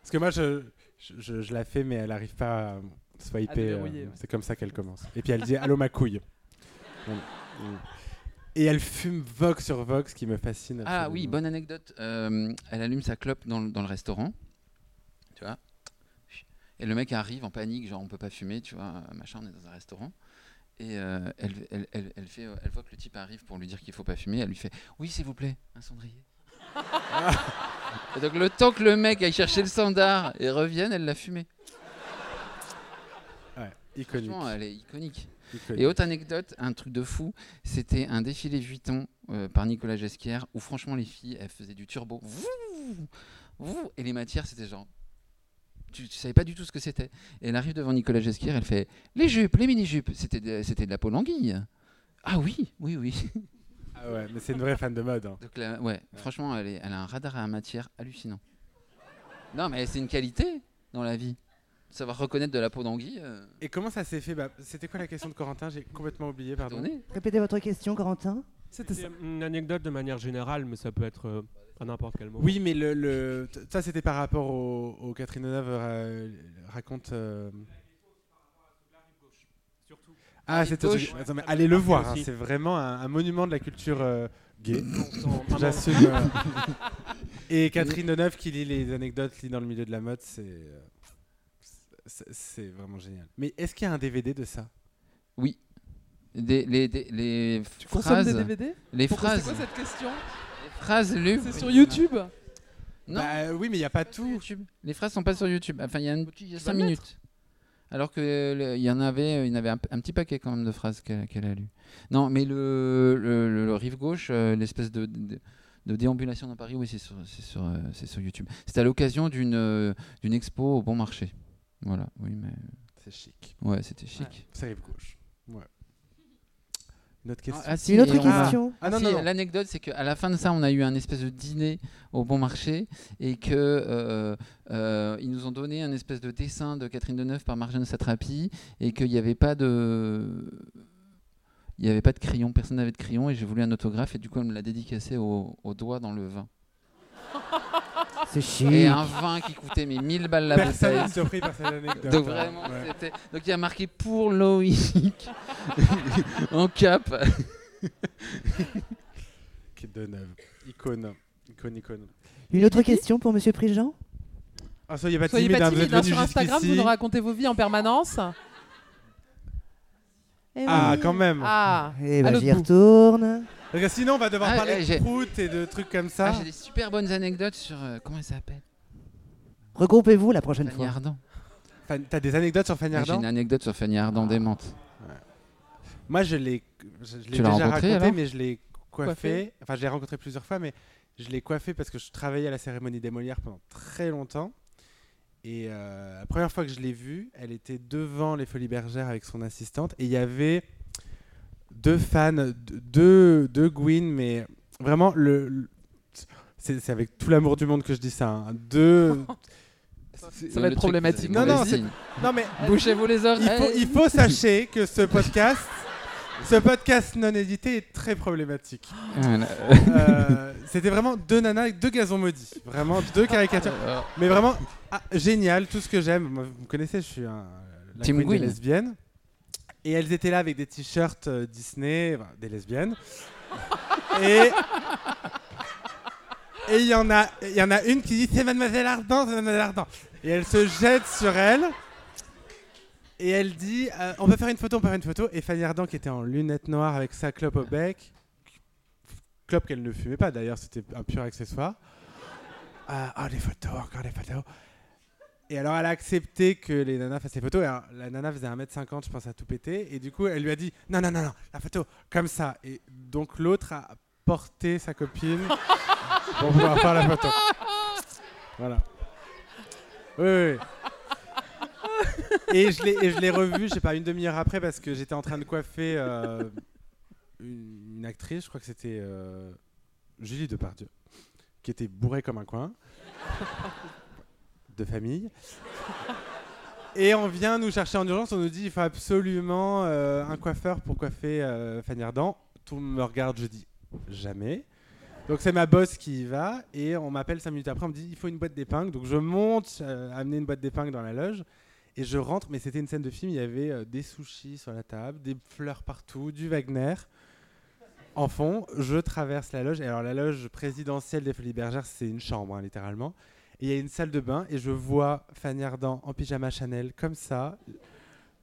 S3: Parce que moi, je, je, je- je la fais, mais elle n'arrive pas à swiper. euh,
S4: verrouiller, ouais.
S3: C'est comme ça qu'elle commence. Et puis elle dit Allô, ma couille. Donc, euh, Et elle fume Vox sur Vox, qui me fascine.
S2: Ah
S3: absolument.
S2: oui, bonne anecdote. Euh, elle allume sa clope dans le, dans le restaurant, tu vois. Et le mec arrive en panique, genre on peut pas fumer, tu vois, machin, on est dans un restaurant. Et euh, elle, elle, elle- elle fait, euh, elle voit que le type arrive pour lui dire qu'il faut pas fumer. Elle lui fait Oui, s'il vous plaît, un cendrier. et donc le temps que le mec aille chercher le standard et revienne, elle l'a fumé.
S3: Ouais, iconique.
S2: Franchement, elle est iconique.
S3: iconique.
S2: Et autre anecdote, un truc de fou, c'était un défilé Vuitton euh, par Nicolas Gesquière où franchement les filles elles faisaient du turbo. Vouh, vouh, et les matières c'était genre. Tu, tu savais pas du tout ce que c'était. Et elle arrive devant Nicolas Gesquière, elle fait les jupes, les mini-jupes, c'était de, c'était de la peau languille. Ah oui, oui, oui. [laughs]
S3: Ah ouais, mais c'est une vraie fan de mode. hein.
S2: Donc là, ouais, franchement, elle, est- elle a un radar à matière hallucinant. Non, mais c'est une qualité dans la vie. Savoir reconnaître de la peau d'anguille, euh,
S3: Et comment ça s'est fait Bah, C'était quoi la question de Corentin J'ai complètement oublié,
S4: Ah
S3: pardon.
S2: donner.
S5: Répétez votre question, Corentin.
S6: C'était une anecdote de manière générale, mais ça peut être euh, à n'importe quel moment.
S3: Oui, mais le, le- t- ça c'était par rapport au, au Catherine Deneuve euh, raconte. euh, Ah, c'était
S2: gauche.
S3: attends, mais allez le voir, hein,
S6: Aussi.
S3: c'est vraiment un, un monument de la culture euh, gay.
S6: Sans-
S3: J'assume. euh,
S2: [laughs]
S3: Et Catherine Deneuve qui lit les anecdotes, lit dans le milieu de la mode, c'est euh, c'est- c'est vraiment génial. Mais est-ce qu'il y a un DVD de ça
S2: Des, les, des- les
S4: Tu consommes
S2: phrases.
S4: des DVD
S2: Les
S4: Pourquoi- C'est
S2: phrases,
S4: quoi cette question
S2: les phrases lues.
S4: C'est sur YouTube
S2: Non.
S3: Bah, oui, mais il y a pas tout.
S2: YouTube. Les phrases sont pas sur YouTube. Enfin, il y a, une, il y a
S4: vas
S2: cinq
S4: le
S2: minutes. Alors que le- il y en avait, euh, il y en avait un, un petit paquet quand même de phrases qu'elle qu'elle a lues. Non, mais le, le, le- le rive gauche, euh, l'espèce de, de, de déambulation dans Paris, oui, c'est sur, c'est sur, euh, c'est sur YouTube. C'était à l'occasion d'une euh, d'une expo au Bon Marché. Voilà. Oui, mais
S3: C'est chic.
S2: ouais, c'était chic.
S3: Ça arrive gauche. Ouais. Une autre question.
S2: Ah, si,
S5: Une autre
S2: et on a-
S5: question
S3: Ah non,
S2: Si,
S3: non, non.
S2: L'anecdote, c'est qu'à la fin de ça, on a eu un espèce de dîner au bon marché et que euh, euh, ils nous ont donné un espèce de dessin de Catherine Deneuve par Marjane Satrapi et qu'il n'y avait pas de il n'y avait pas de crayon, personne n'avait de crayon et j'ai voulu un autographe et du coup elle me l'a dédicacé au, au doigt dans le vin.
S5: C'est
S2: Et
S5: chiant.
S2: un vin qui coûtait mais 1000 balles la
S3: Mmh. Personne
S2: bouteille.
S3: n'est surpris par cette anecdote.
S2: Donc
S3: hein.
S2: vraiment,
S3: Ouais.
S2: c'était... Donc il y a marqué pour Loïc [laughs] en cap.
S3: Kate Deneuve. Icône. Icône, icône.
S5: Une autre question pour Monsieur Prigent
S3: Ah, soyez pas
S4: Soyez
S3: timide,
S4: pas
S3: hein, vous êtes
S4: timide, hein,
S3: venus
S4: sur Instagram, vous
S3: jusqu'ici.
S4: nous racontez vos vies en permanence. Eh
S3: Ah,
S4: oui.
S3: quand même.
S4: Ah,
S5: Eh
S4: À
S5: ben,
S4: l'autre
S5: j'y
S4: bout.
S5: retourne.
S3: Parce que sinon, on va devoir
S2: Ah,
S3: parler
S2: eh,
S3: de
S2: j'ai-
S3: prout et de trucs comme
S2: Ah,
S3: ça.
S2: j'ai des super bonnes anecdotes sur euh, comment elle s'appelle
S5: Regroupez-vous la prochaine
S2: Fanny
S5: fois.
S2: Ardant.
S3: Fan- T'as des anecdotes sur Fanny
S2: J'ai
S3: Ardant
S2: une anecdote sur Fanny
S4: Ah.
S2: Ardant démente.
S3: Moi, je l'ai je- je l'ai
S2: l'as
S3: déjà
S2: rencontrée,
S3: raconté,
S2: alors
S3: mais je l'ai coiffé.
S4: Coiffée
S3: Enfin, je l'ai rencontré plusieurs fois, mais je l'ai coiffé parce que je travaillais à la cérémonie des Molières pendant très longtemps. Et euh, la première fois que je l'ai vue, elle était devant les Folies Bergères avec son assistante. Et il y avait deux fans, de- deux, deux Gwyn, mais vraiment, le, le- c'est c'est avec tout l'amour du monde que je dis ça. hein. Deux.
S4: Ça va être problématique.
S3: Non, non, c'est- [laughs] non, mais Euh,
S2: Bouchez-vous les oreilles.
S3: il faut, il faut sachez que ce podcast, ce podcast non édité est très problématique.
S2: Voilà.
S3: Euh, C'était vraiment deux nanas, avec deux gazons maudits, vraiment deux caricatures, mais vraiment ah, génial, tout ce que j'aime. Moi, Vous me connaissez, je suis un la
S2: Team
S3: queen des
S2: Gwyn.
S3: lesbiennes. Et elles étaient là avec des t-shirts euh, Disney, enfin, des lesbiennes. et et il y en a, il y en a une qui dit c'est Mademoiselle Ardent, c'est Mademoiselle Ardent. Et elle se jette sur elle. Et elle dit euh, on peut faire une photo, on peut faire une photo. Et Fanny Ardant qui était en lunettes noires avec sa clope au bec, clope qu'elle ne fumait pas d'ailleurs, c'était un pur accessoire. Ah, ah, les photos, encore les photos. Et alors elle a accepté que les nanas fassent les photos. Et alors, la nana faisait 1m50, je pense, à tout péter. Et du coup, elle lui a dit Non, non, non, non, la photo, comme ça. Et donc l'autre a porté sa copine pour pouvoir faire la photo. Voilà. Oui, oui, oui. Et je l'ai- et je l'ai revue, je sais pas, une demi-heure après, parce que j'étais en train de coiffer euh, une, une actrice, je crois que c'était euh, Julie Depardieu, qui était bourrée comme un coin, de famille. Et on vient nous chercher en urgence, on nous dit il faut absolument euh, un coiffeur pour coiffer euh, Fanny Ardant. Tout me regarde, je dis jamais. Donc c'est ma boss qui y va et on m'appelle cinq minutes après, on me dit il faut une boîte d'épingles. Donc je monte euh, amener une boîte d'épingles dans la loge et je rentre, mais c'était une scène de film, il y avait euh, des sushis sur la table, des fleurs partout, du Wagner. En fond, je traverse la loge. Et alors la loge présidentielle des Folies Bergères, c'est une chambre hein, littéralement. Et il y a une salle de bain et je vois Fanny Ardant en pyjama Chanel comme ça,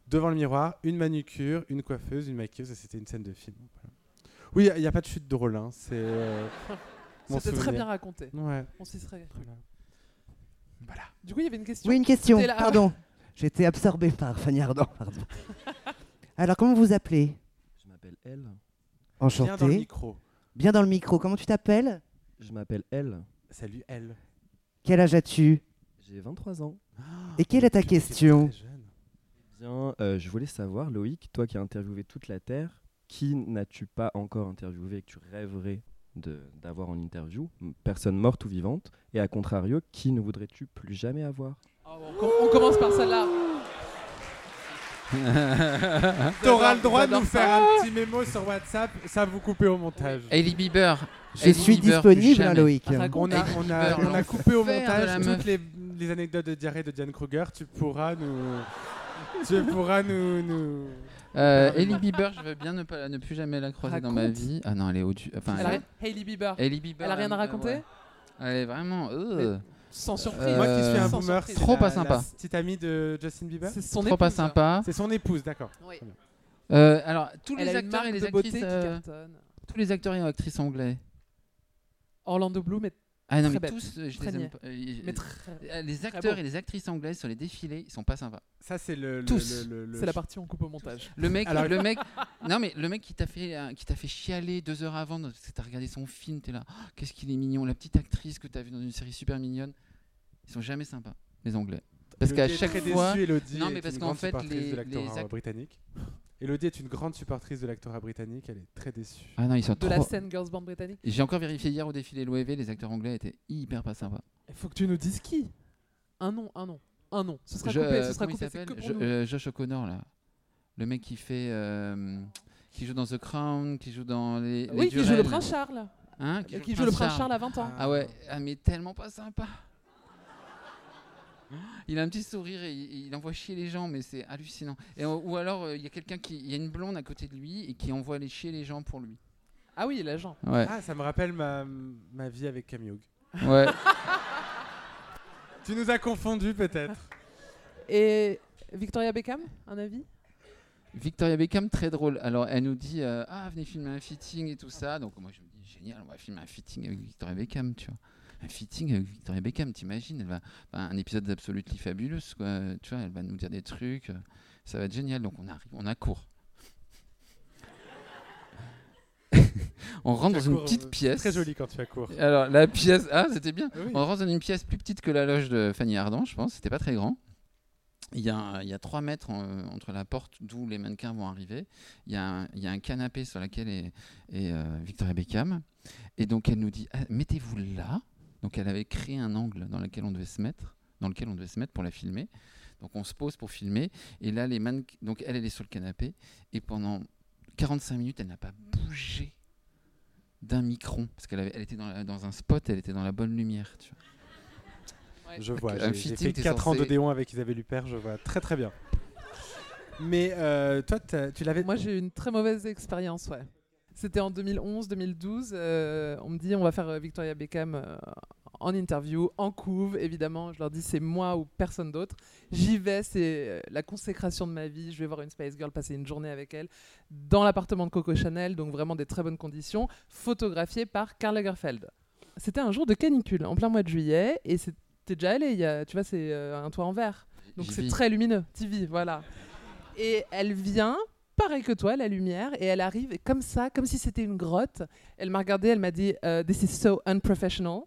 S3: devant le miroir, une manucure, une coiffeuse, une maquilleuse, et c'était une scène de film. Voilà. Oui, il n'y a pas de chute drôle, hein,
S4: [laughs]
S3: c'est euh, mon
S4: C'était très bien
S3: souvenir.
S4: raconté.
S3: Ouais.
S4: On s'y serait.
S3: Voilà.
S2: Voilà.
S4: Du coup, il y avait une question.
S5: Oui, une question.
S4: T'es là.
S5: Pardon. J'étais absorbé par Fanny Ardant. Pardon. Alors, comment vous appelez
S7: Je m'appelle Elle.
S5: Enchanté.
S3: Bien dans le micro.
S5: Bien dans le micro. Comment tu t'appelles
S7: Je m'appelle Elle.
S3: Salut elle.
S5: Quel âge as-tu
S7: J'ai 23 ans.
S5: Et quelle est ta question
S7: Bien, euh, je voulais savoir, Loïc, toi qui as interviewé toute la Terre, qui n'as-tu pas encore interviewé et que tu rêverais de- d'avoir en interview M- Personne morte ou vivante. Et à contrario, qui ne voudrais-tu plus jamais avoir
S4: Oh, on, com- on commence par celle-là.
S3: T'auras le droit de
S4: J'adore
S3: nous faire un petit mémo sur WhatsApp, ça vous coupez au montage.
S2: Hailey Bieber.
S5: Je
S2: Hailey
S5: suis
S2: Bieber, plus
S5: disponible, hein,
S2: jamais.
S5: Loïc.
S4: Raconte.
S3: On a,
S2: Hailey
S3: on a,
S2: Bieber,
S3: on a
S2: l'enfer
S3: coupé au
S2: de la
S3: montage
S2: meuf.
S3: toutes les, les anecdotes de diarrhée de Diane Kruger. Tu pourras nous. tu pourras nous. nous...
S2: Euh, Hailey Bieber, je veux bien ne, pas, ne plus jamais la croiser dans ma
S4: Raconte.
S2: vie. Ah non, elle est au du. Enfin,
S4: Elle a rien- Hailey Bieber.
S2: Hailey Bieber.
S4: Elle a rien à
S2: euh,
S4: raconter
S2: ouais. Elle est vraiment. euh,
S4: Sans surprise.
S2: Euh,
S3: Moi qui suis un
S4: sans
S3: boomer,
S4: surprise.
S3: c'est
S2: Trop
S3: la-
S2: pas
S3: la
S2: sympa.
S3: petite amie de Justin Bieber.
S4: C'est son
S2: trop pas
S4: épouse.
S2: sympa.
S3: C'est son épouse, d'accord.
S4: Oui.
S2: Euh, alors, tous
S4: Elle
S2: les
S4: a une
S2: acteurs
S4: marque
S2: et les
S4: de beauté
S2: actrices.
S4: qui
S2: euh,
S4: cartonne.
S2: tous les acteurs et actrices anglais.
S4: Orlando Bloom est
S2: Ah non,
S4: Très
S2: mais
S4: bête.
S2: tous, euh, je
S4: Très
S2: les aime
S4: niais.
S2: pas. Euh, ils-
S4: mais très-
S2: euh, Les
S4: beau.
S2: acteurs et les actrices anglaises sur les défilés, ils sont pas sympas.
S3: Ça, c'est le. le-
S4: Tous.
S3: le- le-
S4: C'est la partie on coupe au montage.
S2: Le mec,
S3: Alors-
S2: le mec, non mais le mec qui t'a fait, euh, qui t'a fait chialer deux heures avant, parce que t'as regardé son film, t'es là, Oh, qu'est-ce qu'il est mignon, la petite actrice que t'as vue dans une série super mignonne, ils sont jamais sympas, les Anglais. Parce
S3: Elodie
S2: qu'à
S3: est
S2: chaque
S3: très
S2: fois,
S3: déçue, Elodie
S2: Non,
S3: est
S2: mais parce
S3: une
S2: qu'en
S3: grande
S2: fait,
S3: supportrice
S2: les-
S3: de l'actorat
S2: les act-
S3: britannique. Elodie est une grande supportrice de l'actorat britannique. Elle est très déçue.
S2: ah non, ils sont
S4: De
S2: trop.
S4: la scène Girls Band britannique.
S2: J'ai encore vérifié hier au défilé de l'OEV, les acteurs anglais étaient hyper pas sympas.
S4: Il faut que tu nous dises qui. Un nom, un nom, un nom. Ce sera
S2: Je-
S4: coupé, ce
S2: euh,
S4: sera
S2: comment il
S4: coupé. C'est que
S2: s'appelle
S4: pour
S2: Je-
S4: nous.
S2: euh, Josh O'Connor là, le mec qui fait, euh, qui joue dans The Crown, qui joue dans les. les
S4: oui, qui joue le
S2: Durrell.
S4: prince Charles. Euh,
S2: Hein,
S4: Qui, joue le prince Charles à 20 ans.
S2: Ah ouais, ah, mais tellement pas sympa. Il a un petit sourire et il, il envoie chier les gens, mais c'est hallucinant. Et, euh, ou alors euh, il y a quelqu'un qui, il y a une blonde à côté de lui et qui envoie les chier les gens pour lui.
S4: Ah oui, l'agent.
S2: Ouais,
S3: Ah, ça me rappelle ma, ma vie avec Camille Hoog.
S2: ouais.
S3: Tu nous as confondus, peut-être.
S4: Et Victoria Beckham, un avis
S2: Victoria Beckham très drôle. Alors elle nous dit euh, ah venez filmer un fitting et tout ça. Donc moi je me dis génial, on va filmer un fitting avec Victoria Beckham, tu vois. Un fitting avec Victoria Beckham, t'imagines Elle va ben, un épisode d'Absolutely Fabulous, quoi. Tu vois, elle va nous dire des trucs. euh, Ça va être génial. Donc on arrive, on accourt. [laughs] on rentre dans une
S3: Accours,
S2: petite
S3: euh,
S2: pièce.
S3: Très joli quand tu as cours.
S2: Alors la pièce, ah c'était bien.
S3: Oui.
S2: On rentre dans une pièce plus petite que la loge de Fanny Ardant, je pense. C'était pas très grand. Il y a, un- il y a 3 mètres en- euh, entre la porte d'où les mannequins vont arriver. Il y a un, il y a un canapé sur lequel est, est, euh, Victoria Beckham. Et donc elle nous dit Ah, mettez-vous là. Donc elle avait créé un angle dans lequel on devait se mettre, dans lequel on devait se mettre pour la filmer. Donc on se pose pour filmer. Et là les mannequins, donc elle elle est sur le canapé et pendant 45 minutes elle n'a pas bougé d'un micron parce qu'elle avait- elle était dans, la- dans un spot, elle était dans la bonne lumière. Tu vois.
S3: Je vois,
S2: Un
S3: j'ai- j'ai
S2: fitting,
S3: fait
S2: t'es
S3: 4 ans
S2: censé-
S3: de Déon avec Isabelle Huppert, je vois très très bien. Mais euh, toi, t'as- tu l'avais.
S4: Moi, j'ai eu une très mauvaise expérience, ouais. C'était en 2011-2012. euh, on me dit, on va faire euh, Victoria Beckham euh, en interview, en couve, évidemment. Je leur dis, c'est moi ou personne d'autre. J'y vais, c'est euh, la consécration de ma vie. Je vais voir une Space Girl, passer une journée avec elle dans l'appartement de Coco Chanel, donc vraiment des très bonnes conditions, photographiée par Karl Lagerfeld. C'était un jour de canicule, en plein mois de juillet, et c'était déjà allé, il y a, tu vois, c'est euh, un toit en verre. Donc
S2: J'y
S4: c'est
S2: vis.
S4: très lumineux, TV, voilà. Et elle vient, pareil que toi, la lumière, et elle arrive et comme ça, comme si c'était une grotte. Elle m'a regardée, elle m'a dit euh, This is so unprofessional.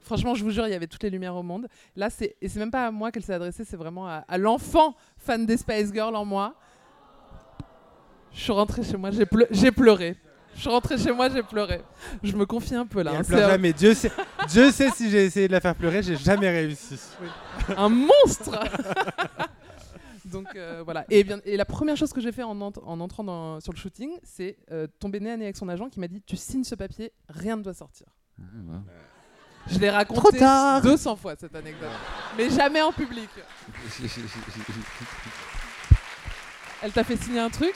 S4: Franchement, je vous jure, il y avait toutes les lumières au monde. Là, c'est et c'est même pas à moi qu'elle s'est adressée, c'est vraiment à, à l'enfant fan des Space Girls en moi. Je suis rentrée chez moi, j'ai pleu- j'ai pleuré. Je suis rentrée chez moi, j'ai pleuré. Je me confie un peu là.
S3: Et
S4: hein.
S3: elle
S4: C'est
S3: pleure
S4: un-
S3: jamais. Dieu sait, Dieu sait si j'ai essayé de la faire pleurer, j'ai jamais réussi.
S4: un monstre. [laughs] Donc euh, voilà. Et, bien, et la première chose que j'ai fait en, ent- en entrant dans- sur le shooting, c'est euh, tomber nez à nez avec son agent qui m'a dit Tu signes ce papier, rien ne doit sortir.
S2: Ah, ouais.
S4: Je l'ai
S5: Trop
S4: raconté
S5: tard
S4: 200 fois cette anecdote, mais jamais en public. Elle t'a fait signer un truc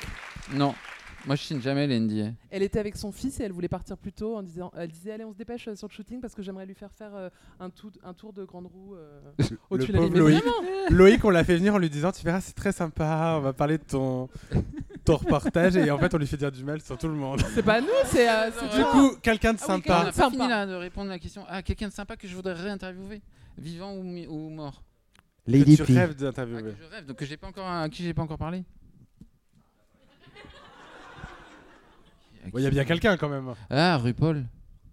S2: non, moi je signe jamais les NDA.
S4: Elle était avec son fils et elle voulait partir plus tôt en disant elle disait allez on se dépêche euh, sur le shooting parce que j'aimerais lui faire faire euh, un, tout- un tour de grande roue euh, au-dessus de la
S3: pauvre
S4: ligne.
S3: Loïc.
S4: Mais vraiment
S3: Loïc, on l'a fait venir en lui disant Tu verras, c'est très sympa, on va parler de ton, ton reportage. Et en fait, on lui fait dire du mal sur tout le monde.
S4: C'est pas nous, c'est euh, c'est
S3: Du
S4: toi.
S3: coup, quelqu'un de
S4: Ah oui, Ah,
S2: On
S3: sympa.
S2: n'a
S4: sympa.
S2: pas fini là de répondre à la question. Ah, quelqu'un de sympa que je voudrais réinterviewer, vivant ou, mi- ou mort.
S3: que
S5: Lady
S3: tu
S5: P.
S3: rêves
S2: Ah,
S3: d'interviewer.
S2: que je rêve, donc que j'ai pas encore, à qui j'ai pas encore [laughs] parlé.
S3: Il y a bien quelqu'un quand même.
S2: Ah, RuPaul.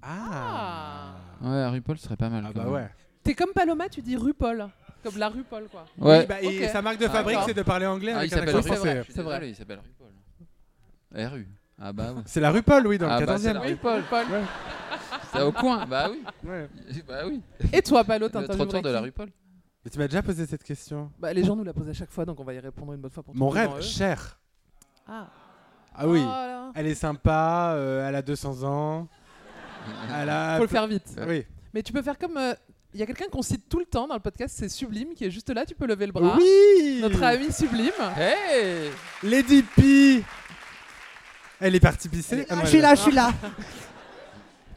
S4: Ah.
S2: Ouais, RuPaul serait pas mal.
S3: Ah
S2: quand
S3: bah
S2: même.
S3: ouais.
S4: T'es comme Paloma, tu dis RuPaul, comme la RuPaul quoi.
S2: Ouais.
S3: Oui, bah, et
S4: Ok.
S3: sa marque de
S2: Ah,
S3: fabrique,
S4: d'accord.
S3: c'est de parler anglais
S2: Ah,
S3: avec
S2: il
S3: un
S2: s'appelle
S3: accent
S2: RuPaul. C'est
S3: français.
S2: vrai. C'est vrai. Il s'appelle RuPaul. RU. Ah bah ouais.
S3: C'est la rue Paul, oui, dans
S2: Ah
S3: le
S2: bah,
S3: 14
S2: c'est
S3: e
S2: la RuPaul. C'est au coin. Bah oui. Bah oui.
S4: Et toi Palo,
S2: Le
S4: t'interviewerais
S2: trottoir de la
S4: qui
S2: RuPaul.
S3: Mais tu m'as déjà posé cette question.
S4: Bah, les gens nous la posent à chaque fois, donc on va y répondre une bonne fois pour
S3: Mon
S4: toutes devant
S3: rêve,
S4: eux.
S3: cher.
S4: Ah.
S3: Ah oui.
S4: Oh là.
S3: Elle est sympa, euh, elle a 200 ans. Elle a.
S4: Faut le faire vite.
S3: Oui.
S4: Mais tu peux faire comme. euh, Il y a quelqu'un qu'on cite tout le temps dans le podcast, c'est Sublime, qui est juste là, tu peux lever le bras.
S3: Oui
S4: Notre ami Sublime.
S2: Hey.
S3: Lady P Elle est partie pisser. Ah,
S5: Ah, je suis
S3: voilà.
S5: là, je suis là.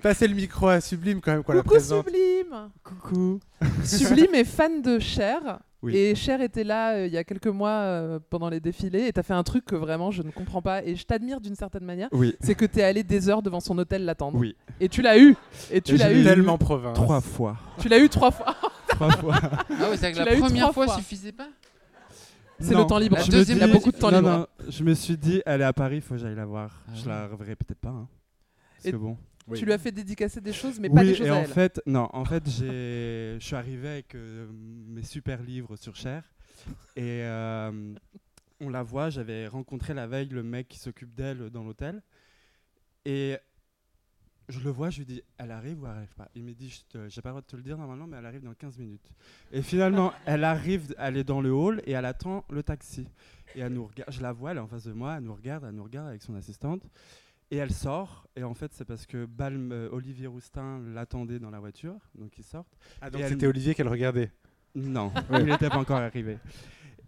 S3: Passez le micro à Sublime quand même qu'on la
S4: Coucou
S3: présente.
S4: Sublime
S3: Coucou.
S4: Sublime est fan de Cher.
S3: Oui.
S4: Et Cher était là euh, il y a quelques mois euh, pendant les défilés et t'as fait un truc que vraiment je ne comprends pas et je t'admire d'une certaine manière.
S7: Oui.
S4: C'est que t'es allé des heures devant son hôtel l'attendre.
S7: Oui.
S4: Et tu l'as eu Et tu
S3: Et
S4: l'as
S3: j'ai
S4: eu
S3: Tellement province. Ah,
S7: Trois fois.
S4: Tu l'as eu trois fois
S7: Trois fois.
S2: Ah oui,
S4: Tu
S2: c'est que
S4: l'as
S2: la
S4: eu
S2: première
S4: trois
S2: fois
S4: fois.
S2: suffisait pas.
S4: C'est
S7: Non. Bah,
S4: le temps libre.
S2: La
S7: Je me
S2: deuxième,
S7: dis-
S2: il a beaucoup de
S4: temps
S7: non,
S4: libre.
S7: non, je me suis dit, elle est à Paris, faut que j'aille la voir.
S2: Ah
S7: je
S2: oui.
S7: la reverrai peut-être pas. hein. Parce
S4: Et-
S7: que bon.
S3: Oui.
S4: Tu lui as fait dédicacer des choses mais
S7: oui,
S4: pas des choses
S7: et
S4: à
S7: en
S4: elle.
S7: fait, non, en fait, j'ai, je suis arrivé avec euh, mes super livres sur Cher et euh, on la voit. J'avais rencontré la veille le mec qui s'occupe d'elle dans l'hôtel et je le vois, je lui dis, elle arrive ou elle arrive pas. Il me dit, je te- j'ai pas le droit de te le dire normalement, mais elle arrive dans 15 minutes. Et finalement, elle arrive, elle est dans le hall et elle attend le taxi. Et elle nous regarde, je la vois, elle est en face de moi, elle nous regarde, elle nous regarde avec son assistante. Et elle sort, et en fait, c'est parce que Balm, euh, Olivier Roustin l'attendait dans la voiture, donc ils sortent.
S3: Ah, donc
S7: Et elle-
S3: c'était Olivier qu'elle regardait. [laughs]
S7: Non, il n'était pas encore arrivé.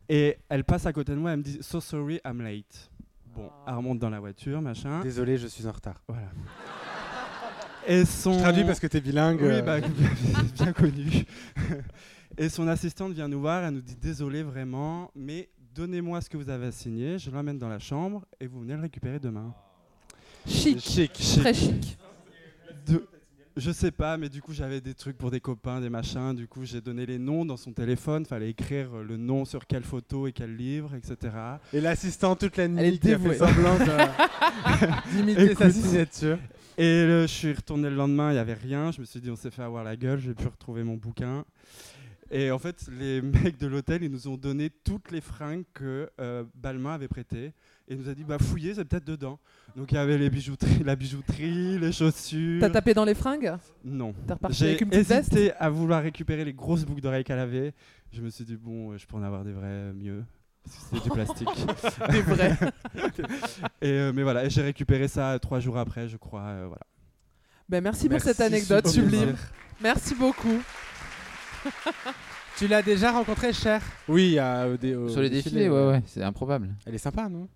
S7: Et elle passe à côté de moi, elle me dit So sorry, I'm late. Bon,
S4: Ah.
S7: elle remonte dans la voiture, machin.
S3: Désolé, je suis en retard.
S4: [laughs]
S7: Voilà. Et son.
S3: Je traduis parce que t'es bilingue.
S7: Oui,
S3: euh,
S7: bah, [laughs] bien, bien connu. [laughs] Et son assistante vient nous voir, elle nous dit Désolé vraiment, mais donnez-moi ce que vous avez signé, je l'emmène dans la chambre et vous venez le récupérer demain.
S4: Chic.
S7: Chic,
S4: Très chic.
S7: De- Je sais pas, mais du coup j'avais des trucs pour des copains, des machins. Du coup j'ai donné les noms dans son téléphone. Fallait écrire euh, le nom sur quelle photo et quel livre, etc.
S3: Et l'assistant toute la nuit
S4: Elle est
S3: qui a fait
S4: dévouée.
S3: semblant de- [laughs] d'imiter sa
S7: Écoute.
S3: signature.
S7: Et euh, je suis retourné le lendemain, il y avait rien. Je me suis dit on s'est fait avoir la gueule. J'ai pu retrouver mon bouquin. Et en fait les [laughs] mecs de l'hôtel ils nous ont donné toutes les fringues que euh, Balmain avait prêtées et il nous a dit bah fouillez c'est peut-être dedans. Donc il y avait les bijouteries, la bijouterie, les chaussures.
S4: T'as tapé dans les fringues
S7: Non.
S4: T'es reparti
S7: J'ai
S4: avec une petite veste
S7: hésité à vouloir récupérer les grosses boucles d'oreilles qu'elle avait. Je me suis dit, bon, euh, je peux en avoir des vrais euh, mieux. Parce que c'était du
S4: [laughs]
S7: plastique.
S4: C'est vrai.
S7: [laughs] Et, euh, mais voilà, et j'ai récupéré ça euh, trois jours après, je crois. euh, voilà.
S4: Ben, merci,
S3: Merci,
S4: pour cette anecdote
S3: Sublime.
S4: sublime. Merci beaucoup.
S3: Tu l'as déjà rencontrée, Cher Oui, à- au dé- au
S2: Sur les
S3: défilé,
S2: défilés, ouais, ouais, c'est improbable.
S3: Elle est sympa, non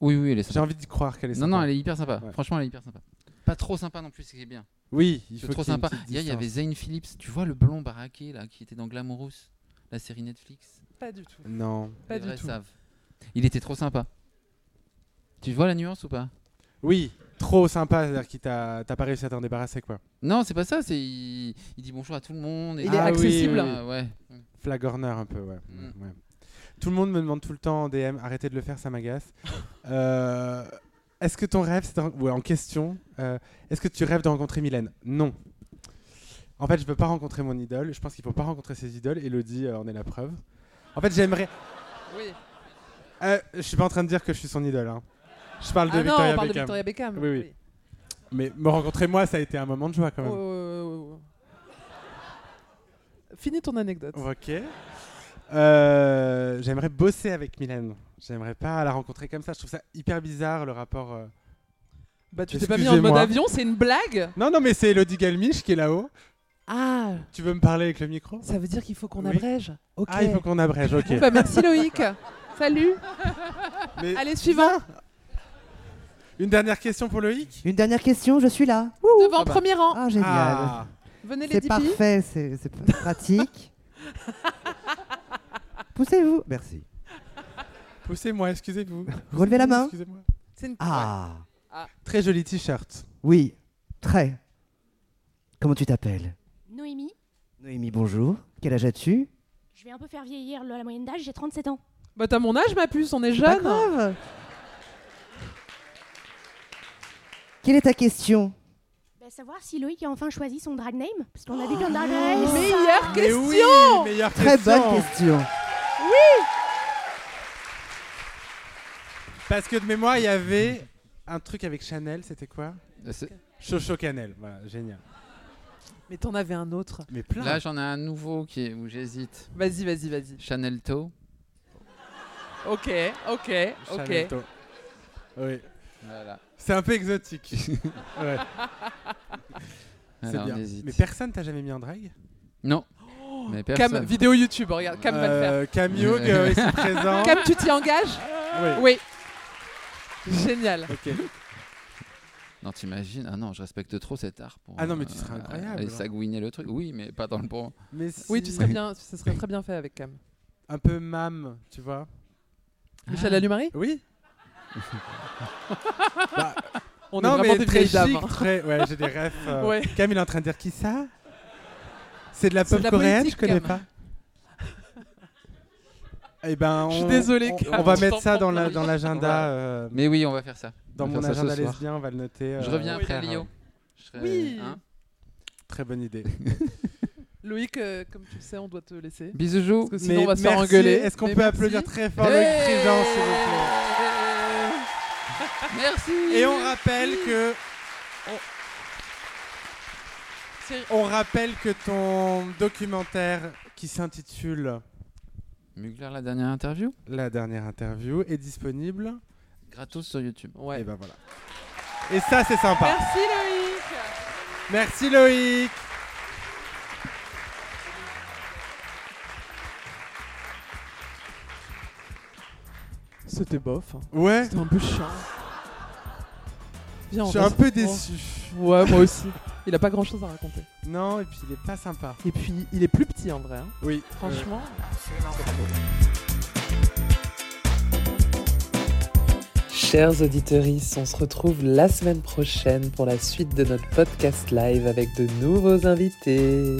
S2: Oui, oui, elle est
S3: J'ai
S2: sympa.
S3: envie d'y croire qu'elle est
S2: Non,
S3: sympa.
S2: non, elle est hyper sympa.
S3: Ouais.
S2: Franchement, elle est hyper sympa. Pas trop sympa non plus, c'est bien.
S3: Oui, il
S2: C'est
S3: faut
S2: trop
S3: qu'il y ait une
S2: sympa.
S3: petite
S2: Hier, il y
S3: distance.
S2: avait Zane Phillips, tu vois le blond baraqué là qui était dans Glamorous, la série Netflix.
S4: Pas du tout.
S3: Non.
S4: Pas
S2: Les
S4: du
S2: vrais
S4: tout.
S2: savent. Il était trop sympa. Tu vois la nuance ou pas
S3: Oui, trop sympa, c'est-à-dire qu'il t'a t'as pas réussi à t'en débarrasser, quoi.
S2: Non, c'est pas ça, c'est il... il dit bonjour à tout le monde et
S4: Il est
S3: Ah oui,
S4: accessible.
S3: oui, oui.
S2: Ah, ouais.
S3: Flagorner un peu, ouais.
S2: Mm.
S3: ouais. Tout le monde me demande tout le temps en DM, arrêtez de le faire, ça
S2: [laughs]
S3: m'agace. Euh, est-ce que ton rêve, c'est de- ouais, en question, euh, est-ce que tu rêves de rencontrer Mylène Non. En fait, je veux pas rencontrer mon idole, je pense qu'il faut pas rencontrer ses idoles, Elodie euh, en est la preuve. En fait, j'aimerais...
S4: Oui.
S3: Euh, je suis pas en train de dire que je suis son idole, hein. Je parle de
S4: Ah non,
S3: Victoria
S4: on parle de
S3: Beckham.
S4: Victoria Beckham.
S3: Oui, oui. Mais me rencontrer moi, ça a été un moment de joie quand même.
S4: Oh, oh, oh, oh. Finis ton anecdote.
S3: Ok. Euh, j'aimerais bosser avec Mylène. J'aimerais pas la rencontrer comme ça. Je trouve ça hyper bizarre le rapport. euh.
S4: Bah, tu t'es pas mis en mode
S3: Excusez-moi.
S4: avion, c'est une blague
S3: Non, non, mais c'est Elodie Galmiche qui est là-haut.
S4: Ah,
S3: Tu veux me parler avec le micro
S4: ça veut dire qu'il faut qu'on
S3: Oui.
S4: abrège. Ok.
S3: Ah, il faut qu'on abrège, ok.
S4: Bon, [laughs] bah, merci Loïc. Salut.
S3: Mais-
S4: Allez, suivant.
S3: Une dernière question pour Loïc
S5: Une dernière question, je suis là.
S4: Devant,
S3: Ah bah.
S4: premier rang.
S5: Ah, génial.
S3: Ah.
S4: Venez les
S5: C'est
S4: dipis.
S5: parfait, c'est c'est pratique. Poussez-vous. Merci.
S3: Poussez-moi, excusez-vous.
S5: Relevez la main.
S3: Excusez-moi.
S4: C'est une...
S5: Ah,
S3: Très joli t-shirt.
S5: oui. Très. Comment tu t'appelles
S8: Noémie,
S5: Noémie, bonjour. Quel âge as-tu
S8: je vais un peu faire vieillir le- la moyenne d'âge, j'ai 37 ans.
S4: Bah, t'as mon âge, ma puce, on est
S5: Pas
S4: jeune.
S5: grave. Quelle est ta question
S8: Bah, savoir si Loïc a enfin choisi son drag name, parce qu'on a vu qu'un drag name.
S4: Meilleure
S3: Mais
S4: question.
S3: oui, meilleure
S5: Très
S3: question.
S5: bonne question.
S3: Parce que de mémoire, il y avait un truc avec Chanel, c'était quoi
S2: Euh, c'est-
S3: Chocho Canel, voilà, génial.
S4: Mais t'en avais un autre.
S3: Mais plein.
S2: Là, j'en ai un nouveau qui est, où j'hésite.
S4: Vas-y, vas-y, vas-y.
S2: Chanel Toe.
S4: Ok, ok,
S3: Chanel
S4: ok.
S3: Toe. hein. Oui.
S2: Voilà.
S3: C'est un peu
S4: [laughs]
S3: exotique. Ouais, c'est
S2: Alors,
S3: bien.
S2: on hésite.
S3: Mais Oh, personne t'a jamais mis en drague
S2: Non. Mais personne.
S4: Cam, vidéo YouTube, regarde, Cam va le faire.
S3: Euh, Cam Young,
S2: Euh.
S3: euh, ici présent.
S4: Cam, tu t'y engages
S3: Oui.
S4: Oui. Génial.
S3: Ok.
S2: Non, t'imagines Ah non, je respecte trop cet art. Pour,
S3: Ah non, mais tu serais incroyable.
S2: Et sagouiner le truc. Oui, mais pas dans le bon.
S3: Mais si-
S4: Oui, tu serais bien, ce serait très bien fait avec Cam.
S3: Un peu mam, tu vois.
S4: Michel Ah. Allumari
S3: Oui. Bah,
S4: On
S3: non,
S4: est vraiment
S3: mais
S4: des
S3: très
S4: vieilles dames.
S3: chic,
S4: hein.
S3: très- Ouais, j'ai des refs. euh,
S4: Ouais.
S3: Cam, il est en train de dire qui ça C'est de la
S4: C'est
S3: pop
S4: de la
S3: coréenne, je
S4: politique,
S3: connais
S4: Cam.
S3: pas. Eh ben, on,
S4: Je suis désolé,
S3: on-
S4: Cam,
S3: On, va
S4: je
S3: mettre
S4: t'en
S3: ça
S4: prends
S3: dans
S4: plein
S3: la-
S4: les
S3: dans
S4: yeux.
S3: l'agenda, euh,
S2: Mais oui, on va faire ça.
S3: dans
S2: On va
S3: mon
S2: faire ça ce
S3: agenda
S2: soir.
S3: lesbien, on va le noter.
S2: je
S3: euh,
S2: reviens après
S3: très-
S2: à Rio. Je serai-
S4: Oui.
S2: hein.
S3: Très bonne idée.
S4: Loïc, euh, comme tu le sais, on doit te laisser.
S2: Bisous, Jou.
S4: Parce que [laughs] sinon, on va se faire
S3: merci.
S4: engueuler.
S3: Est-ce qu'on
S4: Mais
S3: peut
S4: merci.
S3: applaudir très fort
S2: Hey
S3: Loïc Préjean, s'il vous plaît
S4: [laughs]
S2: Merci.
S3: Et on rappelle que.
S4: C'est-
S3: On rappelle que ton documentaire qui s'intitule
S2: Mugler, la dernière interview
S3: La dernière interview est disponible.
S2: Gratos sur YouTube.
S4: Ouais.
S3: Et ben voilà. Et ça, c'est sympa.
S4: Merci Loïc
S3: Merci Loïc.
S4: C'était bof. hein.
S3: Ouais,
S4: C'était un peu chiant. Viens,
S3: je
S4: on
S3: suis
S4: va
S3: un
S4: se-
S3: peu
S4: on-
S3: déçu.
S4: Ouais, moi aussi. Il a pas grand chose à raconter.
S3: Non, et puis il est pas sympa. Euh,
S4: Et puis, il est plus petit en vrai. hein.
S3: Oui.
S4: Franchement. Chers auditeurs, on se retrouve la semaine prochaine pour la suite de notre podcast live avec de nouveaux invités.